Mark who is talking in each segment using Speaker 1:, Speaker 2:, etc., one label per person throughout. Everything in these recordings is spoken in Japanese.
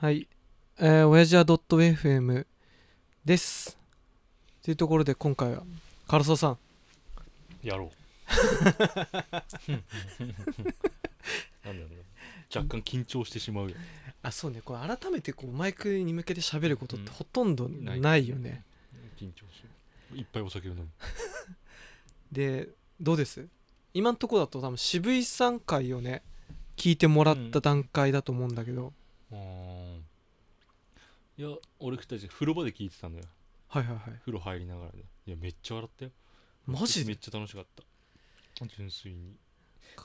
Speaker 1: はい。えー、おやじは .fm です。というところで今回は、唐沢さん、
Speaker 2: やろうなんだろう若干緊張してしまうよ
Speaker 1: あ、そうね、これ改めてこうマイクに向けて喋ることって
Speaker 2: うん
Speaker 1: ほとんどないよね。
Speaker 2: 緊張していっぱいお酒を飲む
Speaker 1: で、どうです今のところだと多分渋井さん回をね、聞いてもらった段階だと思うんだけど、
Speaker 2: うーんいや俺たち風呂場で聞いてたんだよ
Speaker 1: はいはいはい。
Speaker 2: 風呂入りながらねいやめっちゃ笑ったよ
Speaker 1: マジ
Speaker 2: め
Speaker 1: で
Speaker 2: っちゃ楽しかった純粋に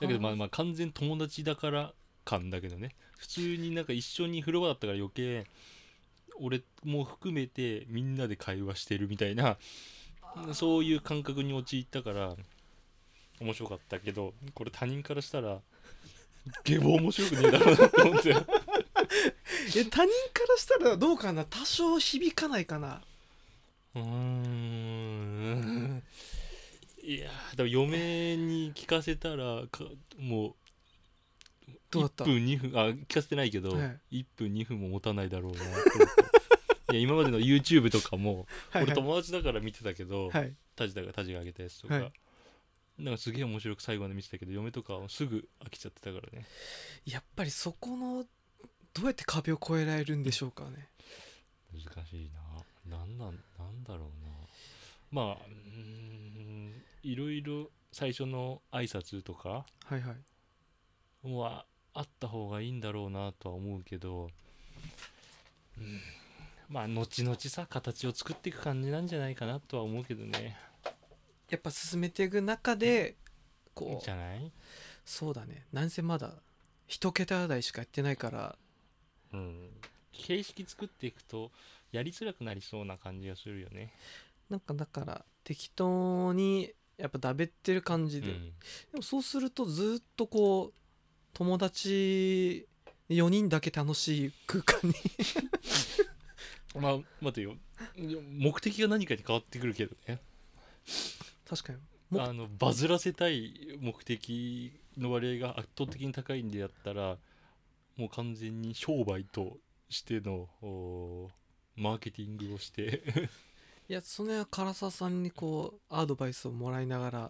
Speaker 2: だけどまあまあ完全友達だから感だけどね普通になんか一緒に風呂場だったから余計俺も含めてみんなで会話してるみたいなそういう感覚に陥ったから面白かったけどこれ他人からしたら下坊面白くねえだろうなと思って
Speaker 1: え他人からしたらどうかな多少響かないかな
Speaker 2: うーんいやーでも嫁に聞かせたらかもう
Speaker 1: どうだった
Speaker 2: 1分2分あ聞かせてないけど、
Speaker 1: え
Speaker 2: 1分2分も持たないだろうなと思っていや今までの YouTube とかも
Speaker 1: はい
Speaker 2: 俺友達だから見てたけど、
Speaker 1: はい。
Speaker 2: タジだからタジが上げたやつとか、
Speaker 1: はい
Speaker 2: なんかすげえ面白く最後まで見てたけど嫁とかはすぐ飽きちゃってたからね
Speaker 1: やっぱりそこの、どうやって壁を越えられるんでしょうかね。
Speaker 2: 難しいななんなんなんだろうなまあうーんいろいろ最初の挨拶とか
Speaker 1: はいはい。
Speaker 2: はあった方がいいんだろうなとは思うけど、うんまあ後々さ形を作っていく感じなんじゃないかなとは思うけどね
Speaker 1: やっぱ進めていく中で
Speaker 2: いいん
Speaker 1: こ
Speaker 2: じ
Speaker 1: う
Speaker 2: ゃない、
Speaker 1: そうだねなんせまだ一桁台しかやってないから
Speaker 2: うん、形式作っていくとやりづらくなりそうな感じがするよね、
Speaker 1: なんかだから適当にやっぱだべってる感じで、でもそうするとずっとこう友達4人だけ楽しい空間に
Speaker 2: うんまあ待てよ目的が何かに変わってくるけどね
Speaker 1: 確かにも
Speaker 2: あのバズらせたい目的の割合が圧倒的に高いんでやったらもう完全に商売としてのおーマーケティングをして
Speaker 1: いやその辺は唐沢さんにこうアドバイスをもらいながら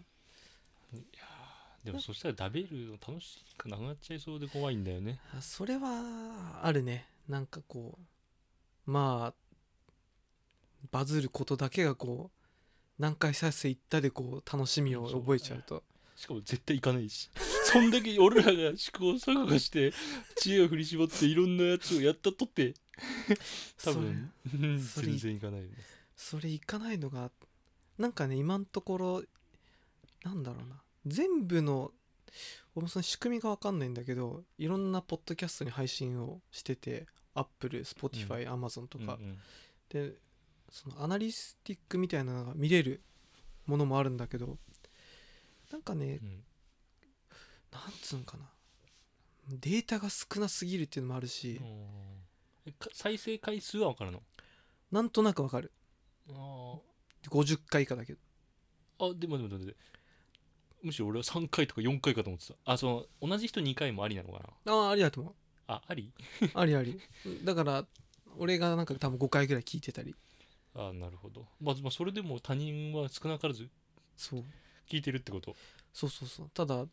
Speaker 2: でもそしたら食べるの楽しくなくなっちゃいそうで怖いんだよね
Speaker 1: あそれはあるねなんかこうまあバズることだけがこう何回再生行ったでこう楽しみを覚えちゃうと
Speaker 2: しかも絶対行かないしそんだけ俺らが試行錯誤して知恵を振り絞っていろんなやつをやったとって
Speaker 1: そ
Speaker 2: 多
Speaker 1: れ
Speaker 2: 分
Speaker 1: それ
Speaker 2: 全然行かないよね
Speaker 1: それ行かないのがなんかね今のところなんだろうな全部の俺もその仕組みが分かんないんだけどいろんなポッドキャストに配信をしてて Apple、Spotify、Amazon とか
Speaker 2: うんうん
Speaker 1: でそのアナリスティックみたいなのが見れるものもあるんだけどなんかね
Speaker 2: うん
Speaker 1: なんつうんかなデータが少なすぎるっていうのもあるし、
Speaker 2: おーえか再生回数は分かるの
Speaker 1: なんとなくわかる
Speaker 2: ああ
Speaker 1: 50回以下だけど
Speaker 2: あでもでもでもでもむしろ俺は3回とか4回かと思ってたあその同じ人2回もありなのかな
Speaker 1: ああありだと思 う
Speaker 2: ああり
Speaker 1: ありありだから俺がなんか多分5回ぐらい聞いてたり
Speaker 2: あなるほど、まあ、まあそれでも他人は少なからず
Speaker 1: そう
Speaker 2: 聞いてるってこと
Speaker 1: そうそうそうただ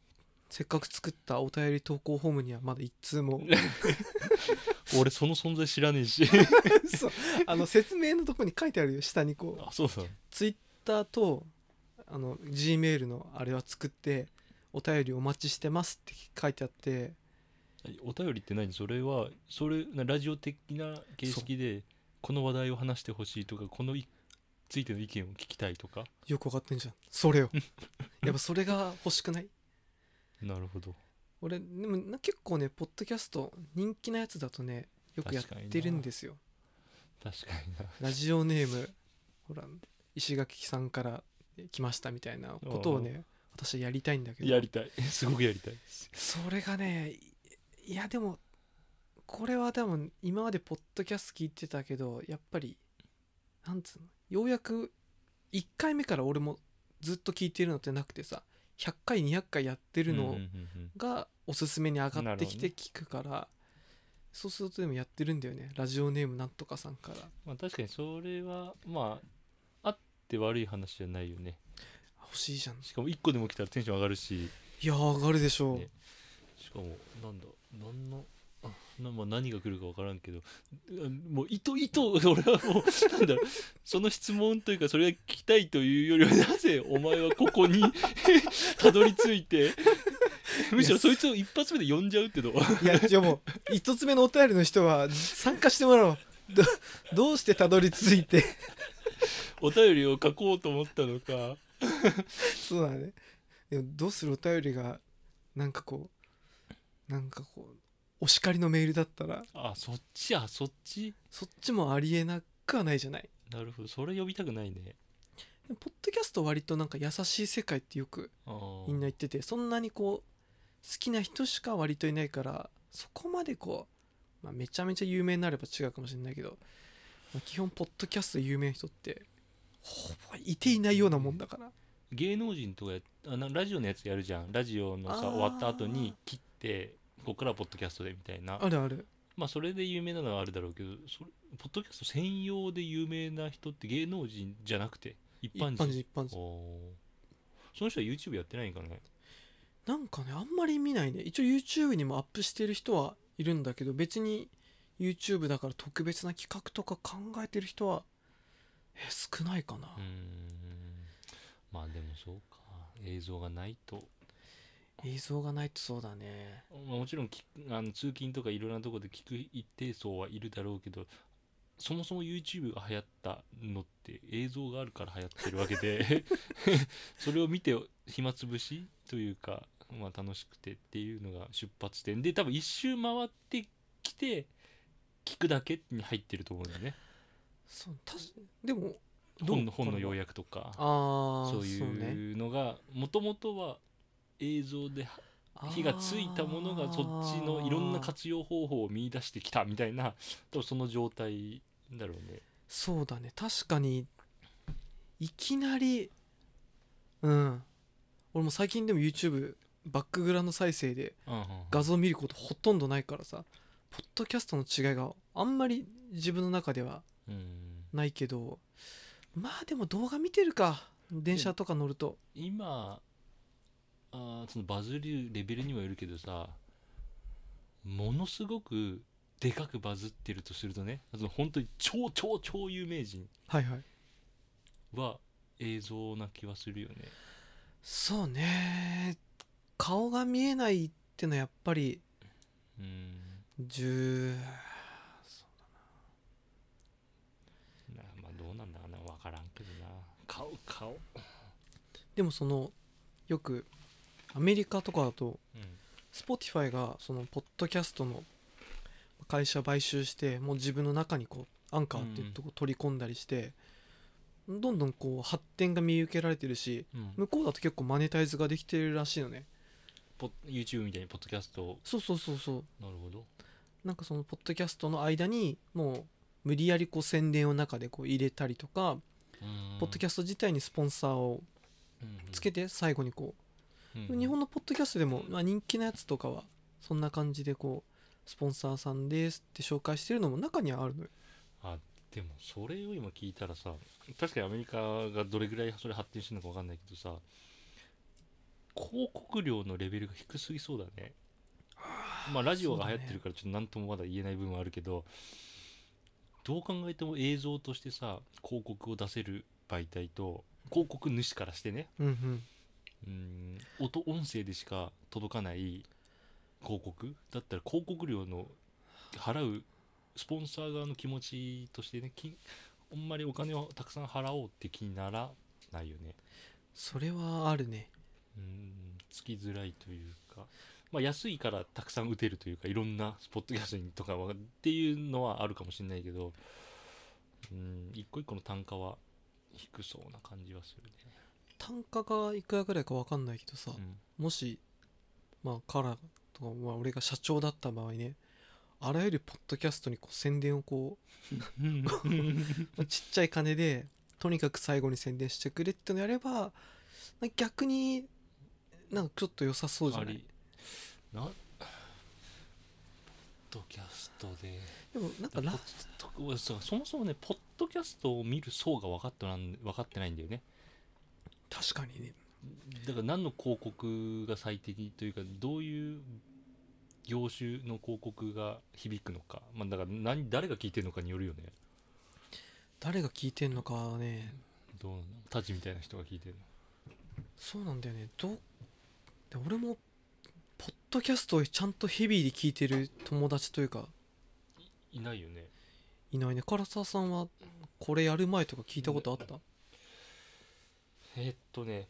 Speaker 1: せっかく作ったお便り投稿ホームにはまだ一通 も
Speaker 2: 俺その存在知らねえ し
Speaker 1: そうあの説明のとこに書いてあるよ下にこう
Speaker 2: あそうだ
Speaker 1: ツイッターとあの G メールのあれは作ってお便りお待ちしてますって書いてあって
Speaker 2: お便りって何それはそれなラジオ的な形式でこの話題を話してほしいとかこのいついての意見を聞きたいとか
Speaker 1: よくわかってんじゃんそ れよやっぱそれが欲しくない
Speaker 2: なるほど
Speaker 1: 俺でもな結構ねポッドキャスト人気なやつだとねよくやっ
Speaker 2: 確かにな
Speaker 1: てるんですよ
Speaker 2: 確かにな
Speaker 1: ラジオネームほら石垣さんから来ましたみたいなことをね私はやりたいんだけど
Speaker 2: やりたい すごくやりたい
Speaker 1: それがねいいやでもこれはでも今までポッドキャスト聞いてたけどやっぱりなんつうのようやく1回目から俺もずっと聞いてるのってなくてさ100回200回やってるの
Speaker 2: うんうんうんうん
Speaker 1: がおすすめに上がってき
Speaker 2: なる
Speaker 1: て聞くから、そうするとでもやってるんだよねラジオネームなんとかさんから
Speaker 2: まあ確かにそれはまああって悪い話じゃないよね
Speaker 1: あ欲しいじゃん
Speaker 2: しかも1個でも来たらテンション上がるし
Speaker 1: いやー上がるでしょう、
Speaker 2: ねしかもなんだ何のあなまあ何が来るか分からんけどうんもう意図意図俺はもう なんだろうその質問というかそれが聞きたいというよりはなぜお前はここに たどり着い てむしろそいつを一発目で呼んじゃうっての
Speaker 1: いやじゃあもう一つ目のお便りの人は参加してもらおうどどうしてたどり着いて
Speaker 2: お便りを書こうと思ったのか
Speaker 1: そうだねでもどうするお便りがなんかこうなんかこうお叱りのメールだったら
Speaker 2: あそっちあそっち
Speaker 1: そっちもありえなくはないじゃない
Speaker 2: なるほどそれ呼びたくないね
Speaker 1: でもポッドキャスト割となんか優しい世界ってよく
Speaker 2: あー
Speaker 1: みんな言っててそんなにこう好きな人しか割といないからそこまでこう、まあ、めちゃめちゃ有名になれば違うかもしれないけど、まあ基本ポッドキャスト有名な人ってほぼいていないようなもんだから
Speaker 2: 芸能人とかやあなラジオのやつやるじゃんラジオの
Speaker 1: あ
Speaker 2: さ
Speaker 1: ー
Speaker 2: 終わった後に切ってここからはポッドキャストでみたいな
Speaker 1: あるある
Speaker 2: まあそれで有名なのはあるだろうけどそれポッドキャスト専用で有名な人って芸能人じゃなくて一
Speaker 1: 一
Speaker 2: 般人
Speaker 1: 般人一般人
Speaker 2: おーその人は YouTube やってないんかね
Speaker 1: なんかねあんまり見ないね一応 YouTube にもアップしてる人はいるんだけど別に YouTube だから特別な企画とか考えてる人はえ少ないかな
Speaker 2: うーんまあでもそうか映像がないと
Speaker 1: 映像がないとそうだね
Speaker 2: まあ、もちろん聞くあの通勤とかいろんなところで聞く一定層はいるだろうけどそもそも YouTube が流行ったのって映像があるから流行ってるわけで それを見て暇つぶしというか、まあ、楽しくてっていうのが出発点で多分一周回ってきて聞くだけに入ってると思うんだよね
Speaker 1: そうたしでもどう
Speaker 2: 本の本
Speaker 1: こ
Speaker 2: の
Speaker 1: れは
Speaker 2: 要約とか
Speaker 1: ああ
Speaker 2: そう
Speaker 1: ね、
Speaker 2: いうのがもともとは映像で火がついたものがそっちのいろんな
Speaker 1: 活
Speaker 2: 活用方法を見出してきたみたいな多分その状態だろうね
Speaker 1: そうだね確かにいきなりうん俺も最近でも YouTube バックグラウンド再生で画像見ることほとんどないからさポッドキャストの違いがあんまり自分の中では
Speaker 2: うん
Speaker 1: ないけどまあでも動画見てるか電車とか乗ると
Speaker 2: 今あーそのバズるレベルにもよるけどさものすごくでかくバズってるとするとねその本当に超超超有名人
Speaker 1: はいはい
Speaker 2: は映像な気はするよね
Speaker 1: そうね顔が見えないってのはやっぱり
Speaker 2: うん
Speaker 1: 10
Speaker 2: なまあどうなんだかな分からんけどな顔顔
Speaker 1: でもそのよくアメリカとかだと
Speaker 2: うん、
Speaker 1: Spotify がそのポッドキャストの会社買収してもう自分の中にこうアンカーっていうとこ取り込んだりして、どんどんこう発展が見受けられてるし
Speaker 2: うん
Speaker 1: 向こうだと結構マネタイズができてるらしいのね
Speaker 2: ポッ YouTube みたいにポッドキャストを
Speaker 1: そうそうそうそう
Speaker 2: なるほど
Speaker 1: なんかそのポッドキャストの間にもう無理やりこう宣伝を中でこう入れたりとか、ポッドキ
Speaker 2: ャ
Speaker 1: ャスト自体にスポンサーをつけて最後にこう日本のポッドキャストでも、まあ、人気なやつとかはそんな感じでこうスポンサーさんですって紹介してるのも中にはあるのよ
Speaker 2: でもそれを今聞いたらさ確かにアメリカがどれぐらいそれ発展してるのか分かんないけどさ広告料のレベルが低すぎそうだねまあラジオが流行ってるからちょっと何ともまだ言えない部分はあるけど、どう考えても映像としてさ広告を出せる媒体と広告主からしてね
Speaker 1: うんうん
Speaker 2: うん音音声でしか届かない広告だったら広告料の払うスポンサー側の気持ちとしてねきあんまりお金をたくさん払おうって気にならないよね
Speaker 1: それはあるね
Speaker 2: うんつきづらいというか、まあ、安いからたくさん打てるというかいろんなスポットキャストにとかはっていうのはあるかもしれないけどうん一個一個の単価は低そうな感じはするね、
Speaker 1: 単価がいくらぐらいか分かんないけどさ、もしまあカラーとか、まあ、俺が社長だった場合ねあらゆるポッドキャストにこう宣伝をこ
Speaker 2: うん、
Speaker 1: う、まあちっちゃい金でとにかく最後に宣伝してくれってのやればなんか逆になんかちょっと良さそうじゃない
Speaker 2: なドキャストで
Speaker 1: でもなんかラ
Speaker 2: ポッド俺そうそもそもねポッドキャストを見る層が分かってなん分かってないんだよね
Speaker 1: 確かにね
Speaker 2: だから何の広告が最適というかどういう業種の広告が響くのかまあだから何誰が聞いてるのかによるよね
Speaker 1: 誰が聞いてんのかはね
Speaker 2: どうなのタチみたいな人が聞いてるの
Speaker 1: そうなんだよねどうで俺もポッドキャストをちゃんとヘビーで聞いてる友達というか
Speaker 2: いないよね
Speaker 1: いないね唐沢さんはこれやる前とか聞いたことあった
Speaker 2: えーっとね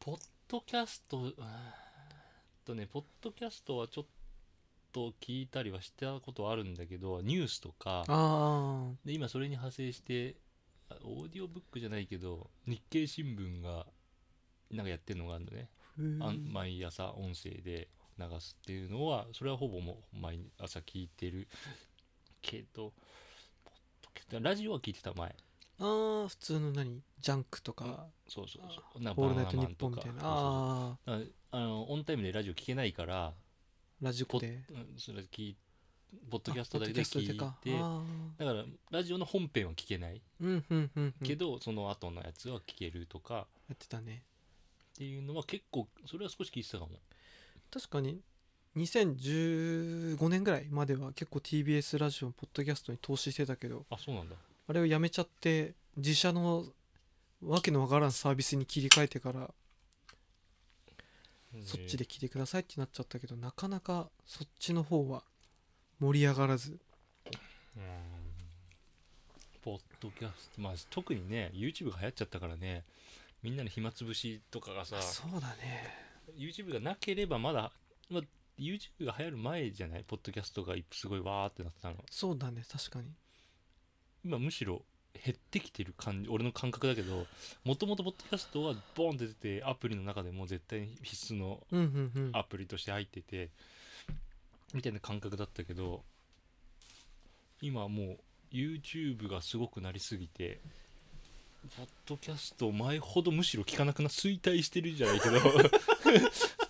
Speaker 2: ポッドキャストうーんとねポッドキャストはちょっと聞いたりはしたことあるんだけどニュースとか
Speaker 1: ああ
Speaker 2: で今それに派生してあオーディオブックじゃないけど日経新聞がなんかやってるのがあるのね、
Speaker 1: ふー
Speaker 2: あん毎朝音声で流すっていうのはそれはほぼもう毎朝聞いてるけどポッドキャストラジオは聞いてた前
Speaker 1: あー普通の何ジャンクとか
Speaker 2: そうそうそう
Speaker 1: 「
Speaker 2: な
Speaker 1: オールナイ
Speaker 2: バ
Speaker 1: ト
Speaker 2: ナナ
Speaker 1: ニッ
Speaker 2: マ
Speaker 1: ポ
Speaker 2: ンと
Speaker 1: ン」み
Speaker 2: か
Speaker 1: たいな
Speaker 2: そうそうそう
Speaker 1: ああ
Speaker 2: ああのオンタイムでラジオ聞けないから
Speaker 1: ラジ
Speaker 2: ポ
Speaker 1: コ
Speaker 2: ッ
Speaker 1: で
Speaker 2: うんそれ聞いポッド
Speaker 1: あ
Speaker 2: キャストだけで
Speaker 1: ポッド
Speaker 2: 聞
Speaker 1: キャス
Speaker 2: いて
Speaker 1: トでかあー
Speaker 2: だからラジオの本編は聞けない
Speaker 1: うんうんうんうん
Speaker 2: けど、その後のやつは聞けるとか
Speaker 1: やってたね
Speaker 2: っていうのは結構それは少し聞いてたかも
Speaker 1: 確かに2015年ぐらいまでは結構 TBS ラジオポッドキャストに投資してたけど
Speaker 2: あそうなんだ
Speaker 1: あれをやめちゃって自社のわけのわからんサービスに切り替えてからそっちで聞いてくださいってなっちゃったけどなかなかそっちの方は盛り上がらず
Speaker 2: へーうんポッドキャストまあ特にね YouTube が流行っちゃったからねみんなの暇つぶしとかがさ
Speaker 1: そうだね
Speaker 2: YouTube がなければまだ、まあ、YouTube が流行る前じゃないポッドキャストがすごいわーってなってたの
Speaker 1: そうだね確かに
Speaker 2: 今むしろ減ってきてる感じ俺の感覚だけどもともとポッドキャストはボンって出てアプリの中でも絶対に必須の
Speaker 1: うんうんうん
Speaker 2: アプリとして入っててみたいな感覚だったけど今はもう YouTube がすごくなりすぎてポッドキャストを前ほどむしろ聞かなくな衰退してるじゃないけ ど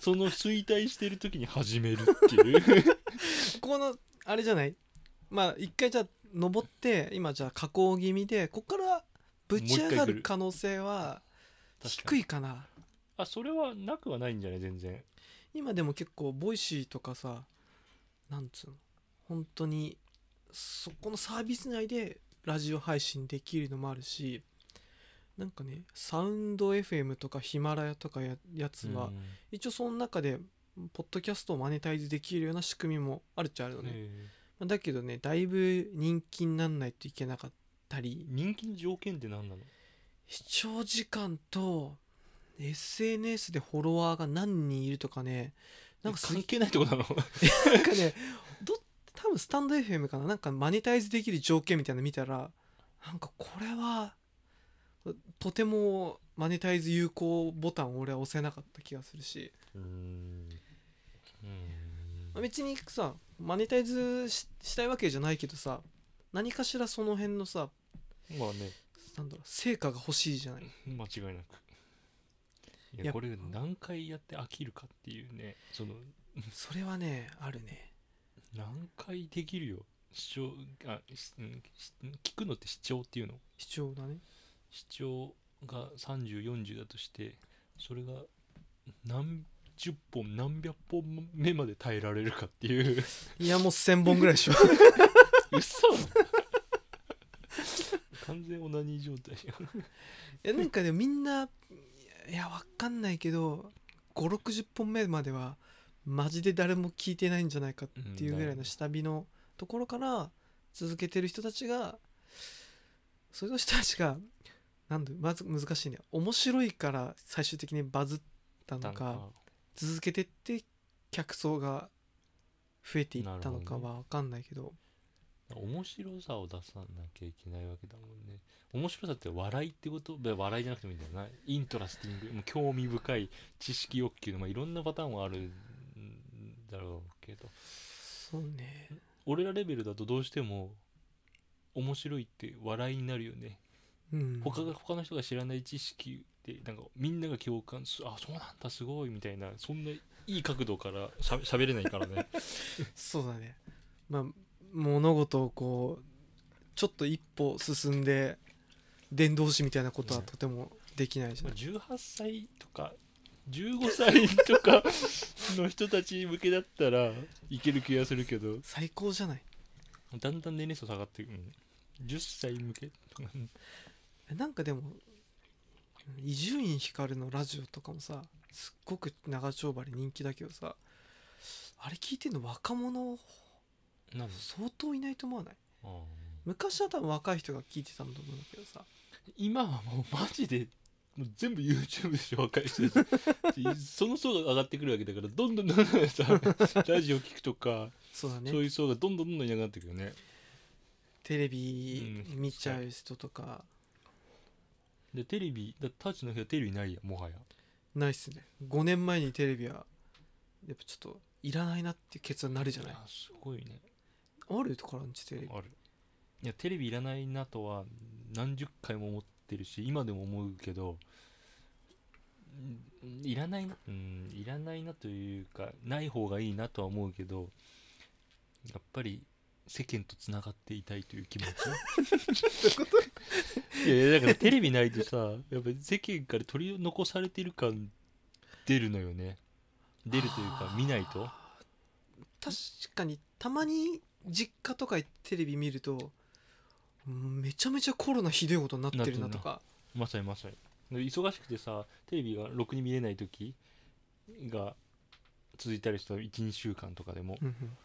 Speaker 2: その衰退してる時に始めるっていう
Speaker 1: このあれじゃないまあ一回じゃあ登って今じゃあ下降気味でここからぶち上がる可能性は低
Speaker 2: い
Speaker 1: いかな
Speaker 2: あそれはなくはないんじゃない全然
Speaker 1: 今でも結構ボイシーとかさなんつうの本当にそこのサービス内でラジオ配信できるのもあるしなんかねサウンド FM とかヒマラヤとかややつは、
Speaker 2: うん
Speaker 1: 一応その中でポッドキャストをマネタイズできるような仕組みもあるっちゃあるのね、
Speaker 2: え
Speaker 1: まあだけどねだいぶ人気になんないといけなかったり
Speaker 2: ー人気の条件って何なの
Speaker 1: 視聴時間と SNS でフォロワーが何人いるとかねなんかす
Speaker 2: 関係ないとこなの
Speaker 1: なんかねど多分スタンド FM かななんかマネタイズできる条件みたいなの見たらなんかこれはとてもマネタイズ有効ボタンを俺は押せなかった気がするし
Speaker 2: うーん
Speaker 1: まあ別にさマネタイズししたいわけじゃないけどさ何かしらその辺のさ
Speaker 2: まあね
Speaker 1: なんだろう成果が欲しいじゃない
Speaker 2: 間違いなくいや
Speaker 1: いや
Speaker 2: これ何回やって飽きるかっていうねその
Speaker 1: それはねあるね
Speaker 2: 何回できるよ視聴あしうんし聞くのって視聴っていうの
Speaker 1: 視聴だね
Speaker 2: 視聴が3040だとしてそれが何十本何百本目まで耐えられるかっていう
Speaker 1: いやもう1000本ぐらいでしょ
Speaker 2: 嘘完全オナニー状態や
Speaker 1: いやなんかねみんないやわかんないけど560本目まではマジで誰も聞いてないんじゃないかっていうぐらいの下火のところから続けてる人たちがそういう人たちがなんだまず難しいね面白いから最終的にバズった
Speaker 2: な
Speaker 1: の
Speaker 2: ん
Speaker 1: か
Speaker 2: か
Speaker 1: 続けてって客層が増えていったのか
Speaker 2: なるほど
Speaker 1: はわかんないけど
Speaker 2: 面白さを出さなきゃいけないわけだもんね面白さって笑いってことで笑いじゃなくてもいいんだよなイントラスティングもう興味深い知識欲求の、まあ、いろんなパターンはあるんだろうけど
Speaker 1: そうね
Speaker 2: 俺らレベルだとどうしても面白いって笑いになるよね
Speaker 1: うん
Speaker 2: 他が他の人が知らない知識でなんかみんなが共感すあそうなんだすごいみたいなそんないい角度からしゃ喋れないからね
Speaker 1: そうだねまあ物事をこうちょっと一歩進んで伝道師みたいなことはとてもできないじゃ
Speaker 2: ま
Speaker 1: な
Speaker 2: あ
Speaker 1: い、
Speaker 2: 18歳とか15歳とかの人たち向けだったらいける気がするけど
Speaker 1: 最高じゃない
Speaker 2: だんだん年齢層下がってくる、うん、10歳向けとか
Speaker 1: えなんかでも伊集院光のラジオとかもさすっごく長丁場で人気だけどさあれ聞いてんの若者
Speaker 2: なんだ
Speaker 1: 相当いないと思わない
Speaker 2: あー
Speaker 1: 昔は多分若い人が聞いてたんだと思うんだけどさ
Speaker 2: 今はもうマジでもう全部 YouTube でしょ若い人た ちその層が上がってくるわけだからどんどんどんどんさラジオ聞くとか、
Speaker 1: そうだね
Speaker 2: そういう層がどんどんどんどんいなくなってくるよね
Speaker 1: テレビ
Speaker 2: うん
Speaker 1: 見ちゃう人とか、
Speaker 2: でテレビだタッチの部屋テレビないやもはや
Speaker 1: ないっすね5年前にテレビはやっぱちょっといらないなっていう決断になるじゃない
Speaker 2: あすごいね
Speaker 1: あるとからんちテレビ
Speaker 2: あるいやテレビいらないなとは何十回も思ってるし今でも思うけどんいらないなうんいらないなというかない方がいいなとは思うけどやっぱり世間とつながっていたいという気持ちいやいやだからテレビないとさやっぱり世間から取り残されてる感出るのよね出るというか見ないと
Speaker 1: 確かにたまに実家とか行ってテレビ見るとうんめちゃめちゃコロナひどいことになってるなとか
Speaker 2: まさにまさにで忙しくてさテレビがろくに見れない時が続いたりした12週間とかでも
Speaker 1: うんうん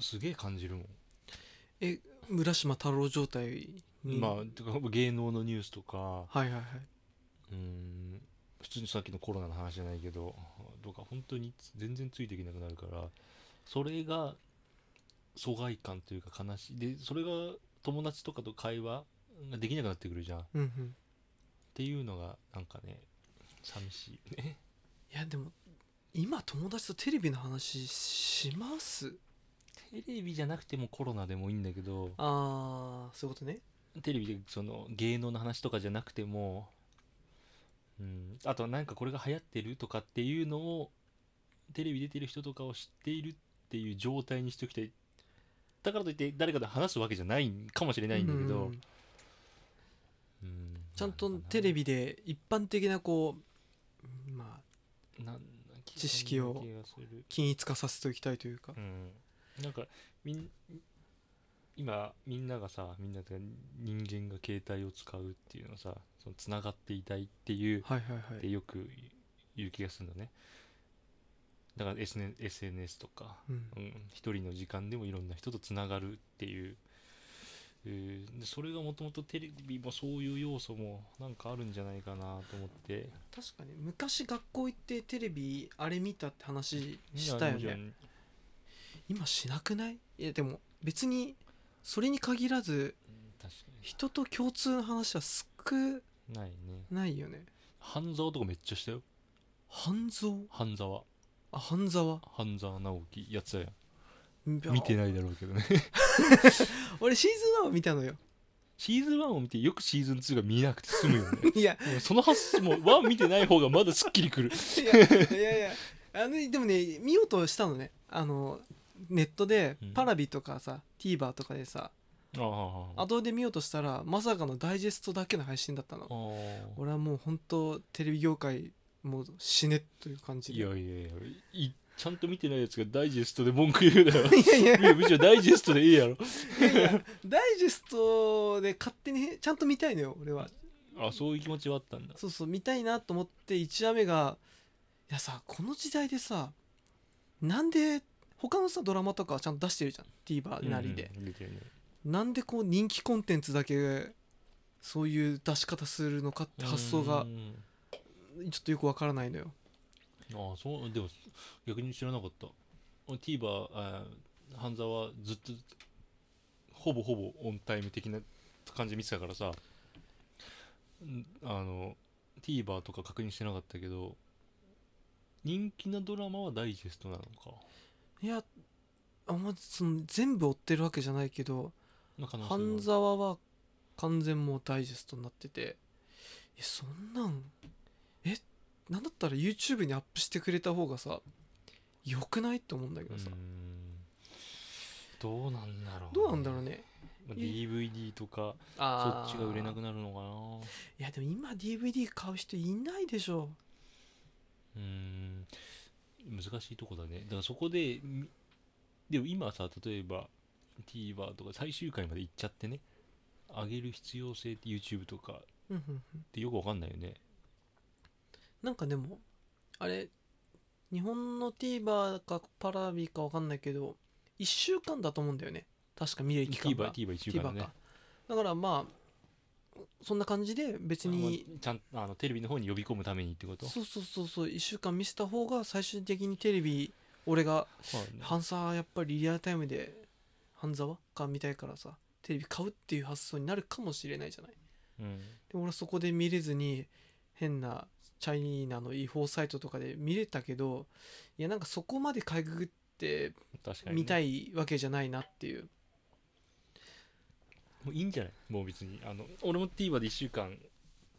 Speaker 2: すげえ感じるもん、
Speaker 1: え浦島太郎状態に、
Speaker 2: まあてか芸能のニュースとか
Speaker 1: はいはいはいう
Speaker 2: ーん普通にさっきのコロナの話じゃないけどとか本当に全然ついていけなくなるからそれが疎外感というか悲しいでそれが友達とかと会話ができなくなってくるじゃんっ
Speaker 1: うんうん
Speaker 2: ていうのがなんかね寂しいね
Speaker 1: いやでも今友達とテレビの話します
Speaker 2: テレビじゃなくてもコロナでもいいんだけど
Speaker 1: あーそういうことね
Speaker 2: テレビでその芸能の話とかじゃなくても、うん、あとなんかこれが流行ってるとかっていうのをテレビ出てる人とかを知っているっていう状態にしておきたいだからといって誰かと話すわけじゃないかもしれないんだけど、
Speaker 1: う
Speaker 2: うん
Speaker 1: ちゃんとテレビで一般的なこうまあ
Speaker 2: なんかな
Speaker 1: 知識を
Speaker 2: そんな気がする
Speaker 1: 均一化させておきたいというか
Speaker 2: うん、なんかみん今みんながさみんなとか人間が携帯を使うっていうのはさそのつながっていたいっていう
Speaker 1: はいはい
Speaker 2: っ
Speaker 1: は
Speaker 2: て
Speaker 1: い
Speaker 2: よく言う気がするんだねだから SN SNS とか、
Speaker 1: うん
Speaker 2: うん、一人の時間でもいろんな人とつながるっていう、えーでそれがもともとテレビもそういう要素もなんかあるんじゃないかなと思って
Speaker 1: 確かに昔学校行ってテレビあれ見たって話したよ
Speaker 2: いや
Speaker 1: ね今しなくないいやでも別にそれに限らず
Speaker 2: 確か
Speaker 1: 人と共通の話は少
Speaker 2: にないね
Speaker 1: ないよね
Speaker 2: 半沢とかめっちゃしたよ
Speaker 1: 半蔵
Speaker 2: 半沢
Speaker 1: あ半沢
Speaker 2: 半沢直樹やつだよ見
Speaker 1: 見
Speaker 2: てないだろうけどね
Speaker 1: 俺シーズン1は見たのよ
Speaker 2: シーズン1を見てよくシーズン2が見なくて済むよね
Speaker 1: いや
Speaker 2: もうその発想も1見てない方がまだすっきりくる
Speaker 1: いやいやいやあのでもね見ようとしたのねあのネットで
Speaker 2: うん
Speaker 1: パラビとかさ、TVer とかでさ
Speaker 2: ああ
Speaker 1: 後で見ようとしたらまさかのダイジェストだけの配信だったの
Speaker 2: あ
Speaker 1: 俺はもう本当テレビ業界もう死ねという感じ
Speaker 2: い
Speaker 1: で
Speaker 2: やいやいやいちゃんと見てないやつがダイジェストで文句言う なよ
Speaker 1: いやいや
Speaker 2: いやむしろダイジェストでいいやろ
Speaker 1: いやいやダイジェストで勝手にちゃんと見たいのよ俺は
Speaker 2: あそういう気持ちはあったんだ
Speaker 1: そうそう見たいなと思って1話目がいやさこの時代でさなんで他のさドラマとかはちゃんと出してるじゃん TVer なりで、
Speaker 2: うんうん出てるね
Speaker 1: なんでこう人気コンテンツだけそういう出し方するのかって発想が
Speaker 2: うん
Speaker 1: ちょっとよくわからないのよ
Speaker 2: あそうでも逆に知らなかった俺 TVer あ半沢はずっとほぼほぼオンタイム的な感じで見てたからさんあの TVer とか確認してなかったけど人気なドラマはダイジェストなのか
Speaker 1: いやあんまその全部追ってるわけじゃないけど
Speaker 2: の可能性はある
Speaker 1: 半沢は完全もうダイジェストになっててえそんなんえなんだったら YouTube にアップしてくれた方がさ良くないって思うんだけどさ、
Speaker 2: うんどうなんだろう
Speaker 1: どうなんだろうね
Speaker 2: まあ DVD とかそ
Speaker 1: あ
Speaker 2: っ
Speaker 1: ー
Speaker 2: ちが売れなくなるの
Speaker 1: いやでも今 DVD 買う人いないでしょ
Speaker 2: かなうん難しいとこだねだからそこでみでも今さ例えば TVer とか最終回まで行っちゃってね上げる必要性って YouTube とかっ
Speaker 1: うんうんうん
Speaker 2: てよくわかんないよね
Speaker 1: なんかでもあれ日本の TVer かパラビかわかんないけど1週間だと思うんだよね確か見る期間
Speaker 2: TVer,
Speaker 1: が
Speaker 2: TVer 一週
Speaker 1: TVer
Speaker 2: 間
Speaker 1: か
Speaker 2: だね
Speaker 1: だからまあそんな感じで別に
Speaker 2: あまあちゃんあのテレビの方に呼び込むためにってこと
Speaker 1: そうそうそうそう1週間見せた方が最終的にテレビ俺が
Speaker 2: そうだね
Speaker 1: ハンサーやっぱりリアルタイムで半沢か見たいからさテレビ買うっていう発想になるかもしれないじゃない
Speaker 2: うん
Speaker 1: でも俺はそこで見れずに変なチャイナの違法サイトとかで見れたけどいやなんかそこまでかいくぐって
Speaker 2: 確かにね、
Speaker 1: 見たいわけじゃないなっていう、
Speaker 2: もういいんじゃないもう別にあの俺も TVer で1週間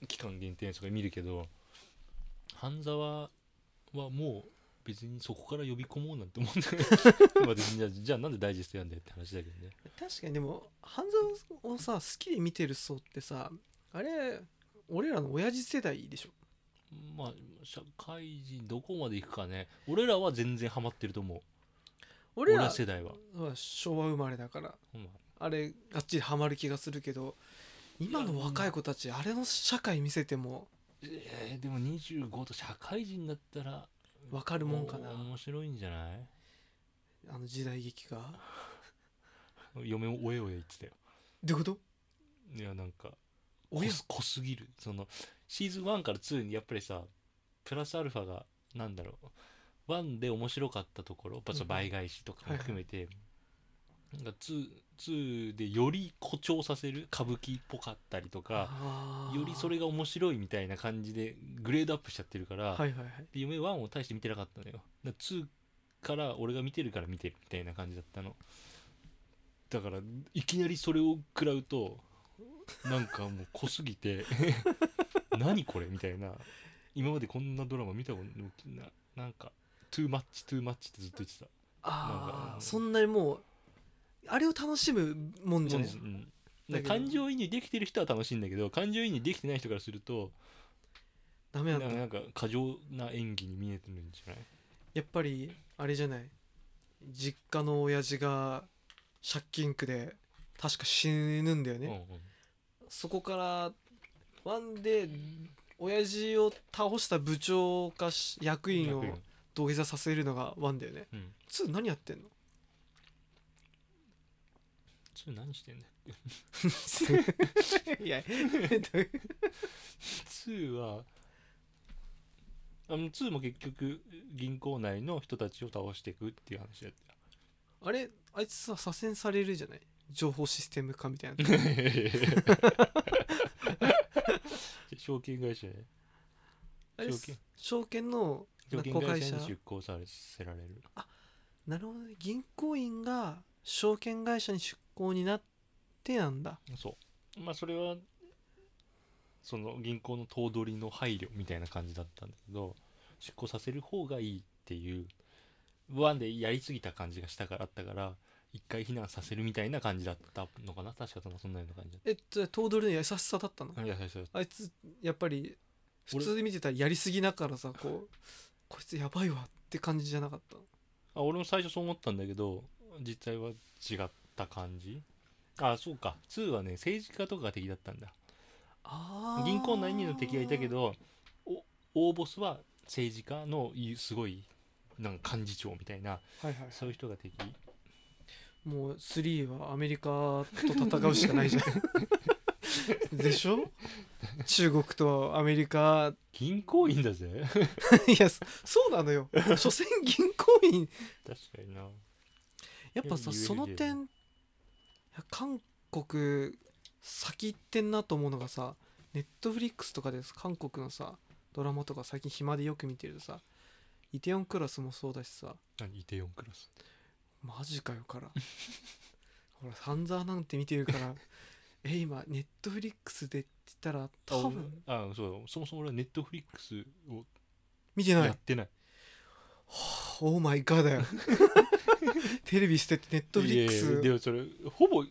Speaker 2: 期間限定のやつとか見るけど半沢はもう別にそこから呼び込もうなんて思うん だけどまあ別にじゃあじゃあなんでダイジェストやんだよって話だけどね
Speaker 1: 確かにでも半沢をさ好きで見てる層ってさあれ俺らの親父世代でしょ
Speaker 2: まあ社会人どこまで行くかね俺らは全然ハマってると思う
Speaker 1: 俺
Speaker 2: 俺
Speaker 1: ら
Speaker 2: ら
Speaker 1: は
Speaker 2: 世代は、
Speaker 1: 昭和生まれだから
Speaker 2: まあ
Speaker 1: あれがっちりハマる気がするけど今の若い子たちあれの社会見せても
Speaker 2: えーでも25と社会人になったら
Speaker 1: 分かるもんかな
Speaker 2: お面白いんじゃない
Speaker 1: あの時代劇が
Speaker 2: 嫁もおえおえ言ってたよ
Speaker 1: どういうこと
Speaker 2: いやなんか
Speaker 1: 親
Speaker 2: 濃す濃すぎるそのシーズン1から2にやっぱりさプラスアルファがなんだろう1で面白かったところやっぱその
Speaker 1: うん
Speaker 2: 倍返しとかも含めて、なんか 2, 2でより誇張させる歌舞伎っぽかったりとか
Speaker 1: あー
Speaker 2: よりそれが面白いみたいな感じでグレードアップしちゃってるから、
Speaker 1: はいはいはい
Speaker 2: で嫁1を大して見てなかったのよだから2から俺が見てるから見てるみたいな感じだったのだからいきなりそれを食らうとなんかもう濃すぎて 何これみたいな今までこんなドラマ見たことななんか「トゥーマッチトゥーマッチ」ってずっと言ってたなん
Speaker 1: あ
Speaker 2: か
Speaker 1: あそんなにもうあれを楽しむもんじゃない
Speaker 2: うん
Speaker 1: だけど
Speaker 2: 感情移入できてる人は楽しいんだけど感情移入できてない人からすると
Speaker 1: ダメ
Speaker 2: な
Speaker 1: なん
Speaker 2: ん
Speaker 1: だ
Speaker 2: かなんか過剰な演技に見えてるんじゃない
Speaker 1: やっぱりあれじゃない実家の親父が借金苦で確か死ぬんだよね、
Speaker 2: うんうん
Speaker 1: そこからワンで親父を倒した部長かし役員を
Speaker 2: 楽よ
Speaker 1: 土下座させるのがワンだよね
Speaker 2: うん
Speaker 1: ツー何や ってんの
Speaker 2: 2何してんだっけ
Speaker 1: いやえっと
Speaker 2: 2はあの2も結局銀行内の人たちを倒していくっていう話だっ
Speaker 1: あれあいつさ左遷されるじゃない情報システム化みたいな
Speaker 2: た証券会社へ
Speaker 1: あれ
Speaker 2: 証券
Speaker 1: 証券の
Speaker 2: 証券
Speaker 1: 公
Speaker 2: 会
Speaker 1: 開
Speaker 2: 社
Speaker 1: 者
Speaker 2: に出向させられる
Speaker 1: なるほどね銀行員が証券会社に出向になってなんだ
Speaker 2: そうまあそれはその銀行の頭取の配慮みたいな感じだったんだけど出向させる方がいいっていうワンでやりすぎた感じがしたからあったから一回避難させるみたいな感じだったのかな確かそんなそんなような感じだった
Speaker 1: えっと頭取の優しさだったの
Speaker 2: いやいやそう
Speaker 1: あいつやっぱり普
Speaker 2: 俺
Speaker 1: 通で見てたらやりすぎだからさこうこいつやばいわって感じじゃなかった
Speaker 2: あ俺も最初そう思ったんだけど実際は違った感じあそうか2はね政治家とかが敵だったんだ
Speaker 1: あー
Speaker 2: 銀行内にの敵がいたけどお大ボスは政治家のいすごいなんか幹事長みたいな
Speaker 1: はいはい
Speaker 2: そういう人が敵
Speaker 1: もう3はアメリカと戦うしかないじゃ んでしょ中国とアメリカ
Speaker 2: 銀行員だぜ 確
Speaker 1: いやそそうなのよ所詮銀行員
Speaker 2: かにな
Speaker 1: やっぱさ
Speaker 2: いや
Speaker 1: その
Speaker 2: ULJ
Speaker 1: 点いや韓国先行ってんなと思うのがさネットフリックスとかです韓国のさドラマとか最近暇でよく見てるとさイテオンクラスもそうだしさ
Speaker 2: 何イテヨンクラス
Speaker 1: マジかよからほらサンザーなんて見てるからえ今ネットフリックスでって言ったら多分
Speaker 2: あ俺あそうそもそも俺はネットフリックスを
Speaker 1: 見てない
Speaker 2: やってない、
Speaker 1: オーマイガー だよテレビ捨ててネットフ
Speaker 2: いや
Speaker 1: リッ
Speaker 2: い
Speaker 1: ク
Speaker 2: や
Speaker 1: ス
Speaker 2: でもそれほぼ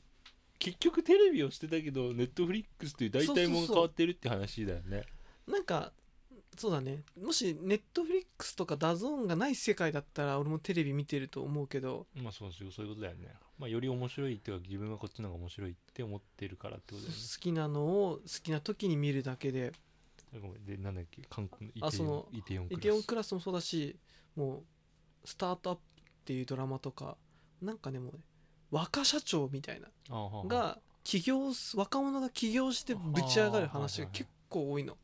Speaker 2: 結局テレビをしてたけどネットフリックスという代替
Speaker 1: そ
Speaker 2: も
Speaker 1: うそう
Speaker 2: の
Speaker 1: そう
Speaker 2: が変わってるって話だよね
Speaker 1: なんかそうだねもしネットフリックスとかダゾーンがない世界だったら俺もテレビ見てると思うけど
Speaker 2: まあそうですよそういうことだよね、まあ、より面白いっていうか自分はこっちの方が面白いって思ってるからってことだよね
Speaker 1: 好きなのを好きな時に見るだけで
Speaker 2: ごめんでなんだっけ韓国
Speaker 1: あ
Speaker 2: のイテ
Speaker 1: その
Speaker 2: ヨンイテヨンク
Speaker 1: イ
Speaker 2: ラス
Speaker 1: テオンクラスもそうだしもうスタートアップっていうドラマとかなんかねもうね若社長みたいな
Speaker 2: あはは
Speaker 1: が起業す若者が起業してぶち上がる話が結構多いの。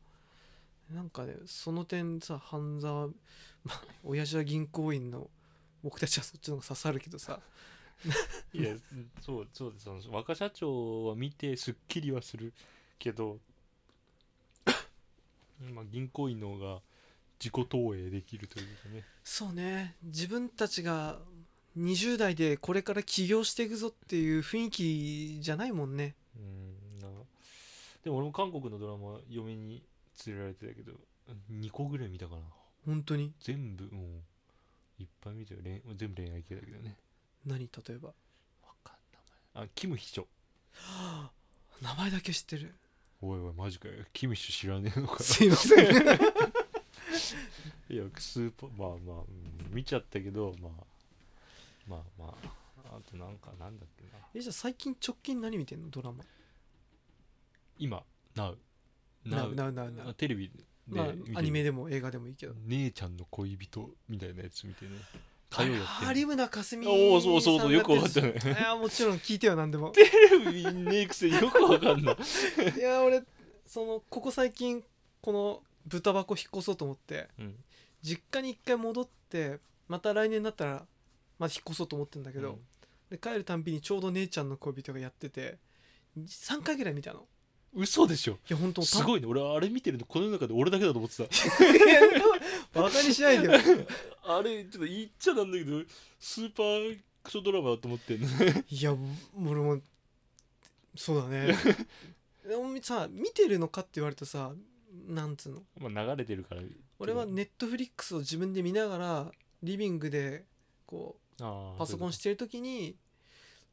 Speaker 1: なんかねその点さ半沢まあ親父は銀行員の僕たちはそっちの方が刺さるけどさ
Speaker 2: いやそうそうですその若社長は見てすっきりはするけ どまあ銀行員の方が自己投影できるというかね
Speaker 1: そうね自分たちが20代でこれから起業していくぞっていう雰囲気じゃないもんね
Speaker 2: うんなでも俺も韓国のドラマ嫁に連れられてたけど2個ぐらい見たかな
Speaker 1: 本当に
Speaker 2: 全部もういっぱい見たよ恋全部恋愛系だけどね
Speaker 1: 何例えば
Speaker 2: わかんないあキム秘書
Speaker 1: 名前だけ知って る
Speaker 2: おいおいマジかよキム秘書知らねえのか
Speaker 1: すいません
Speaker 2: いやスーパーまあまあ、うん見ちゃったけどまあまあまああとなんかなんだっけな
Speaker 1: えじゃあ最近直近何見てんのドラマ
Speaker 2: 今 Now
Speaker 1: Now Now Now
Speaker 2: Now
Speaker 1: Now
Speaker 2: あテレビで
Speaker 1: ま
Speaker 2: 見てる
Speaker 1: あアニメでも映画でもいいけど
Speaker 2: 姉ちゃんの恋人みたいなやつ見てね火曜や
Speaker 1: あ
Speaker 2: って
Speaker 1: 有
Speaker 2: る
Speaker 1: 村架純
Speaker 2: おーそうそうそうよくわかったね
Speaker 1: いやもちろん聞いてよ何で も
Speaker 2: テレビねえくせによくわかんない
Speaker 1: いや俺そのここ最近この豚箱引っ越そうと思って
Speaker 2: うん
Speaker 1: 実家に一回戻ってまた来年になったらまた引っ越そうと思ってんだけど、で帰るたんびにちょうど姉ちゃんの恋人がやってて3回ぐらい見たのい
Speaker 2: うん嘘でしょ
Speaker 1: や本当
Speaker 2: すごいね俺あれ見てるのこの中で俺だけだと思ってた
Speaker 1: バカにしないでよ
Speaker 2: あれちょっと言っちゃなんだけどスーパークソドラマだと思 ってんの
Speaker 1: いや俺もそうだ ねでもさ見てるのかって言われるとさなんつうの
Speaker 2: まあ流れてるから
Speaker 1: 俺はネットフリックスを自分で見ながらリビングでこう
Speaker 2: あー
Speaker 1: パソコン
Speaker 2: そ
Speaker 1: してる時に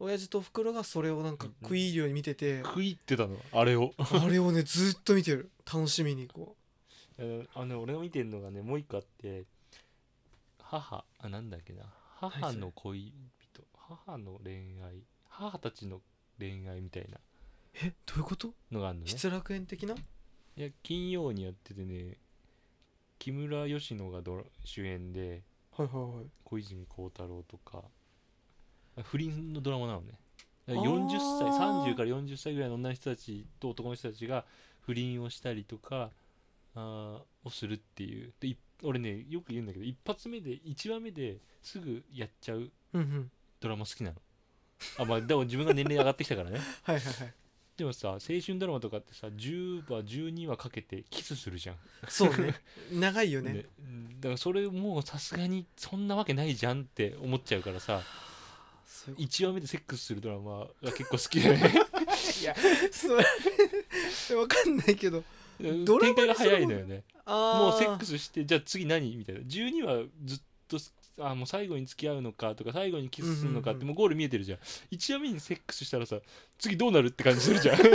Speaker 1: 親父とおふくろがそれをなんか食い入るように見てて
Speaker 2: う食い入ってたのあれを
Speaker 1: あれをねずっと見てる楽しみにこ
Speaker 2: えーあの俺が見てるのがねもう一個あって母あなんだっけな母の恋人母の恋愛母たちの恋愛みたいな
Speaker 1: うえどういうこと
Speaker 2: のがあるのね
Speaker 1: 失楽園的ない
Speaker 2: や金曜にやっててね木村佳乃がドラ主演で
Speaker 1: はいはいはい
Speaker 2: 小泉孝太郎とかあ不倫のドラマなのねだから
Speaker 1: あー
Speaker 2: 40歳30から40歳ぐらいの女の人たちと男の人たちが不倫をしたりとかあーをするっていうでい俺ねよく言うんだけど一発目で1話目ですぐやっちゃう
Speaker 1: うんうん
Speaker 2: ドラマ好きなのあまあでも自分が年齢上がってきたからね
Speaker 1: はいはいはい
Speaker 2: でもさ青春ドラマとかってさ10話12話かけてキスするじゃん
Speaker 1: そう ね長いよね
Speaker 2: ねうんだからそれもうさすがにそんなわけないじゃんって思っちゃうからさ
Speaker 1: そういうこ
Speaker 2: 1話目でセックスするドラマが結構好き で、ね、
Speaker 1: といやそれ わかんないけどドラマ
Speaker 2: 展開が早いのよね
Speaker 1: ああ
Speaker 2: もうセックスしてじゃあ次何みたいな12話ずっとあもう最後に付き合うのかとか最後にキスするのかっ
Speaker 1: うんうん
Speaker 2: て
Speaker 1: うん
Speaker 2: もうゴール見えてるじゃん1話目にセックスしたらさ次どうなるって感じす るじゃんち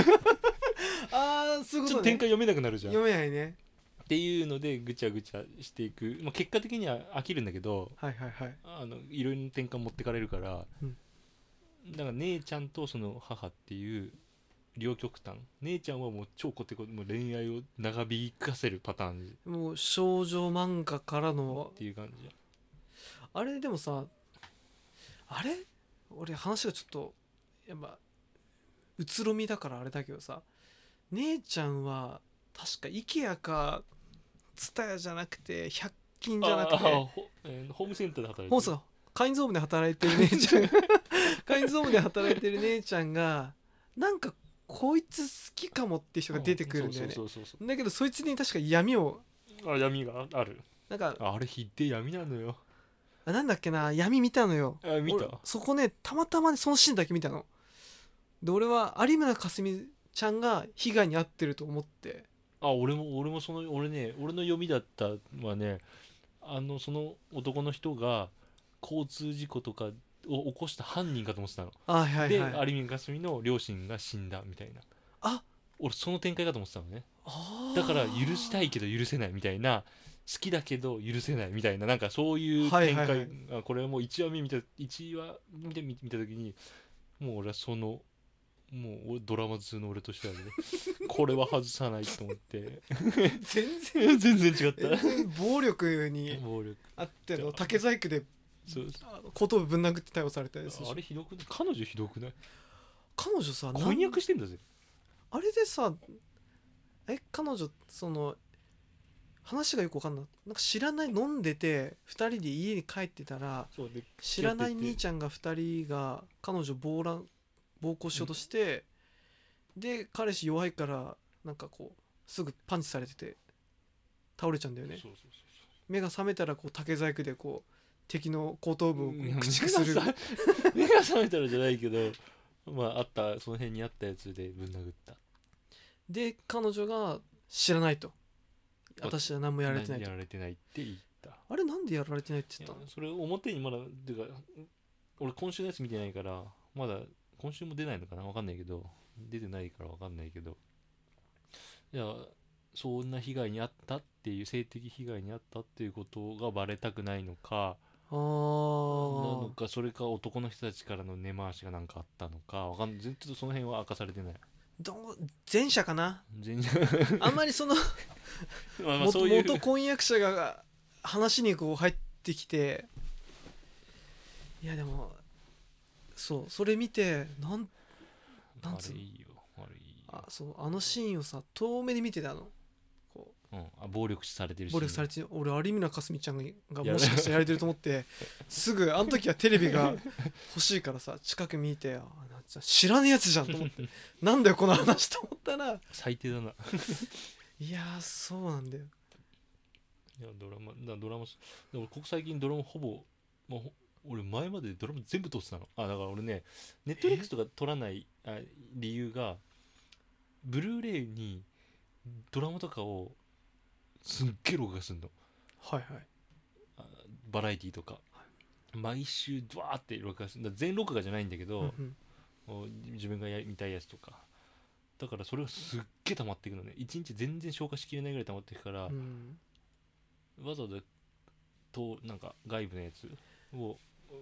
Speaker 1: ああそういう
Speaker 2: ょっ
Speaker 1: ことと、
Speaker 2: 展
Speaker 1: ね、
Speaker 2: 開読めなくなるじゃんっ
Speaker 1: 読めないね
Speaker 2: ていうのでぐちゃぐちゃしていく、まあ、結果的には飽きるんだけど
Speaker 1: はいはいはい
Speaker 2: あのいろいろな転換持ってかれるから、
Speaker 1: うん
Speaker 2: だから姉ちゃんとその母っていう両極端姉ちゃんはもう超コテコテもう恋愛を長引かせるパターン
Speaker 1: もう少女漫画からの
Speaker 2: っていう感じ
Speaker 1: あれでもさあれ俺話がちょっとやっぱうつろみだからあれだけどさ姉ちゃんは確か IKEA か TSUTAYA じゃなくて100均じゃなくて
Speaker 2: ああほえーホームセンターで働いてる
Speaker 1: ホースがカインズホームで働いて る姉ちゃんカインズホームで働いてる姉ちゃんがなんかこいつ好きかもって人が出てくるんだよね
Speaker 2: そうそうそう
Speaker 1: だけどそいつに確か闇を
Speaker 2: そうあ闇がある
Speaker 1: なんか
Speaker 2: ああれひでえ闇なのよ
Speaker 1: あなんだっけな闇見たのよ
Speaker 2: あ見た
Speaker 1: 俺そこねたまたまねそのシーンだけ見たので俺は有村架純ちゃんが被害に遭ってると思って
Speaker 2: あ俺も俺もその俺ね俺の読みだったのはねあのその男の人が交通事故とかを起こした犯人かと思ってたの、
Speaker 1: あはいはい
Speaker 2: で有村架純の両親が死んだみたいな
Speaker 1: あ
Speaker 2: 俺その展開かと思ってたのね
Speaker 1: あー
Speaker 2: だから許したいけど許せないみたいな好きだけど許せないみたいななんかそういう
Speaker 1: はい
Speaker 2: 展開、
Speaker 1: はいはい
Speaker 2: あこれはもう1話目見た1話見て見見た時にもう俺はそのもう俺ドラマ通の俺として はねこれは外さないと思って
Speaker 1: 全
Speaker 2: 全然違った
Speaker 1: 然全然暴力に
Speaker 2: 暴力
Speaker 1: あって の竹細工で
Speaker 2: そう
Speaker 1: あの後頭部ぶん殴って逮捕されたやつでしょ
Speaker 2: あれひどくない彼女ひどくない
Speaker 1: 彼女さなん
Speaker 2: 婚約してんだぜ
Speaker 1: あれでさえ彼女その話がよくわかんないなんか知らない飲んでて2人で家に帰ってたら
Speaker 2: そうで
Speaker 1: 知らない兄ちゃんが2人が彼女暴乱暴行しようとして、で彼氏弱いからなんかこうすぐパンチされてて倒れちゃうんだよね
Speaker 2: そうそう
Speaker 1: 目が覚めたらこう竹細工でこう敵の後頭
Speaker 2: そう
Speaker 1: 部をこう
Speaker 2: 目
Speaker 1: 駆
Speaker 2: が
Speaker 1: 逐す る
Speaker 2: 覚め 目が覚めたらじゃないけどまああったその辺にあったやつでぶん殴った
Speaker 1: で彼女が知らないと私は何もやられてない
Speaker 2: や
Speaker 1: と
Speaker 2: られてないって言った
Speaker 1: あれなんでやられてないって
Speaker 2: い
Speaker 1: 言っ
Speaker 2: や
Speaker 1: たの
Speaker 2: それ表にまだてか俺今週のやつ見てないからまだ今週も出ないのかなわかんないけど出てないからわかんないけどいやそんな被害に遭ったっていう性的被害に遭ったっていうことがバレたくないのか
Speaker 1: あー
Speaker 2: なのかそれか男の人たちからの根回しがなんかあったのかわかんないちょっとその辺は明かされてない
Speaker 1: どう前者かな
Speaker 2: 全然
Speaker 1: あんまりその
Speaker 2: まあまあ
Speaker 1: 元
Speaker 2: そういう
Speaker 1: 元婚約者が話にこう入ってきていやでもそうそれ見てなん
Speaker 2: あ
Speaker 1: なんつう
Speaker 2: れ
Speaker 1: の
Speaker 2: いいよあれいいよ
Speaker 1: あそうあのシーンをさ遠目で見てたのこ
Speaker 2: うん、あ暴力視されてる
Speaker 1: う
Speaker 2: し
Speaker 1: 暴力されて俺有村架純ちゃんが
Speaker 2: や
Speaker 1: もしかしたらやれてると思ってすぐあの時はテレビが 欲しいからさ近く見てあなんつうの知らねえやつじゃんと思 ってなんだよこの話と思ったら
Speaker 2: 最低だない
Speaker 1: やーそうなんだよ
Speaker 2: いやドラマだドラマすでもここ最近ドラマほぼ、まあ、ほ俺前までドラマ全部撮ってたのあだから俺ねネットフリックスとか撮らないあ理由がブルーレイにドラマとかをすっげえ録画するの
Speaker 1: はいはい
Speaker 2: あバラエティとか毎週ドワーって録画するだから全録画じゃないんだけど、
Speaker 1: うんうん
Speaker 2: お自分がや見たいやつとかだからそれがすっげえ溜まっていくのね一日全然消化しきれないぐらい溜まっていくから、
Speaker 1: うん
Speaker 2: わざわざとなんか外部のやつを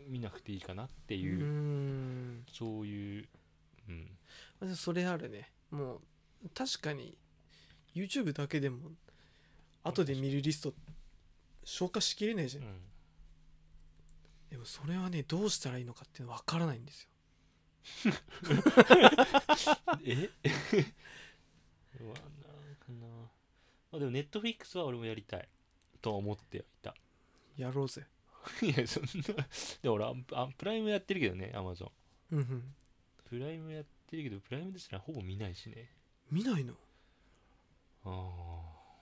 Speaker 2: 見なくていいかなっていう、
Speaker 1: ん
Speaker 2: そういう、うん、
Speaker 1: まあでもそれあるねもう確かに YouTube だけでも後で見るリスト消化しきれないじ
Speaker 2: う
Speaker 1: ゃん、
Speaker 2: ん
Speaker 1: でもそれはねどうしたらいいのかっていうの分からないんですよ
Speaker 2: えうわなんかな、まあ、でもネットフリックスは俺もやりたいとは思ってはいた
Speaker 1: やろうぜ
Speaker 2: いやそんなで俺ああプライムやってるけどねアマゾ
Speaker 1: う
Speaker 2: ン
Speaker 1: んうん
Speaker 2: プライムやってるけどプライムですらほぼ見ないしね
Speaker 1: 見ないの
Speaker 2: ああ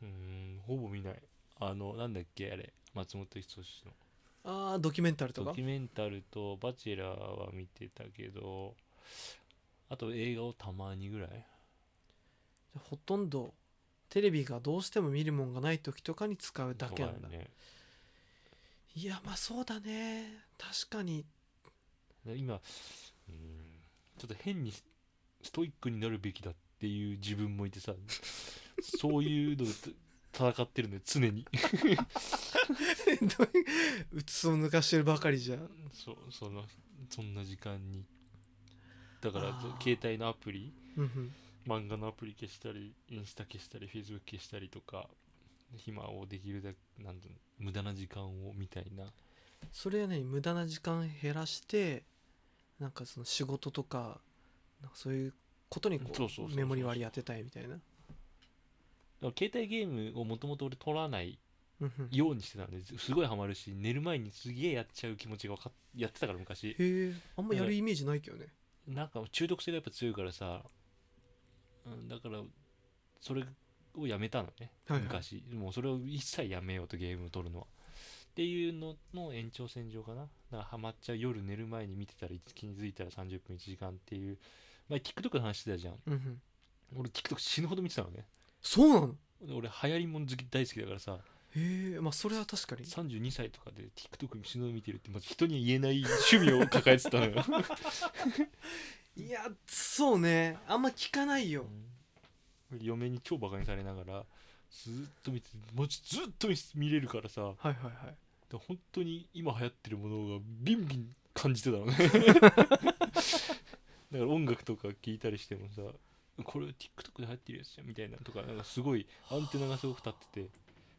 Speaker 2: うーんほぼ見ないあのなんだっけあれ松本人志の
Speaker 1: あードキュメンタルと
Speaker 2: ド
Speaker 1: か
Speaker 2: キュメンタルとバチェラーは見てたけどあと映画をたまにぐらい
Speaker 1: ほとんどテレビがどうしても見るもんがない時とかに使うだけなん
Speaker 2: と
Speaker 1: だ
Speaker 2: かね
Speaker 1: いやまあそうだね確かに
Speaker 2: で今うーんちょっと変にスストイックになるべきだっていう自分もい てさそういうのでた戦ってるのよ常に
Speaker 1: どういううつを抜かしてるばかりじゃん
Speaker 2: そうそのそんな時間にだから
Speaker 1: あー
Speaker 2: 携帯のアプリ
Speaker 1: うんうん
Speaker 2: 漫画のアプリ消したりインスタ消したりフェイスブック消したりとか暇をできるだけなんていうの無駄な時間をみたいな
Speaker 1: それはね無駄な時間減らしてなんかその仕事とかなんかそういうことにこ
Speaker 2: そうそうそうそう
Speaker 1: うメモリ割り当てたいみたいな
Speaker 2: だから携帯ゲームをもともと俺取らない
Speaker 1: うんうんへ
Speaker 2: ようにしてたんですすごいハマるし寝る前にすげえやっちゃう気持ちがわかっやってたから昔
Speaker 1: えあんまやるイメージないけどね
Speaker 2: なんか中毒性がやっぱ強いからさ、うん、だからそれをやめたのね
Speaker 1: はいはい
Speaker 2: 昔、もうそれを一切やめようとゲームを取るのはっていうのの延長線上かな。だからハマっちゃう夜寝る前に見てたら気づいたら30分1時間っていう。前 TikTok の話してたじゃん。
Speaker 1: うんうん
Speaker 2: 俺 TikTok 死ぬほど見てたのね。
Speaker 1: そうなの
Speaker 2: 俺流行りもん好き大好きだからさ、
Speaker 1: へえまあそれは確かに
Speaker 2: 32歳とかで TikTok 死ぬほど見てるってまず人に言えない趣味を抱えてたのよ。
Speaker 1: いやそうねあんま聞かないよ
Speaker 2: うん嫁に超バカにされながらずーっと見てもうずっと見れるからさ
Speaker 1: はいはいはい
Speaker 2: で本当に今流行ってるものがビンビン感じてた のねだから音楽とか聞いたりしてもさこれ TikTok で流行ってるやつじゃんみたいなとかなんかすごいアンテナがすごく立ってて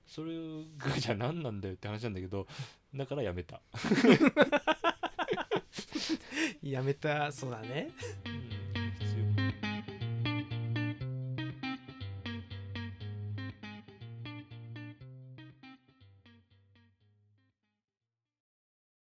Speaker 2: それがじゃあ何なんだよって話なんだけどだからやめた、
Speaker 1: やめたそうだね
Speaker 2: うん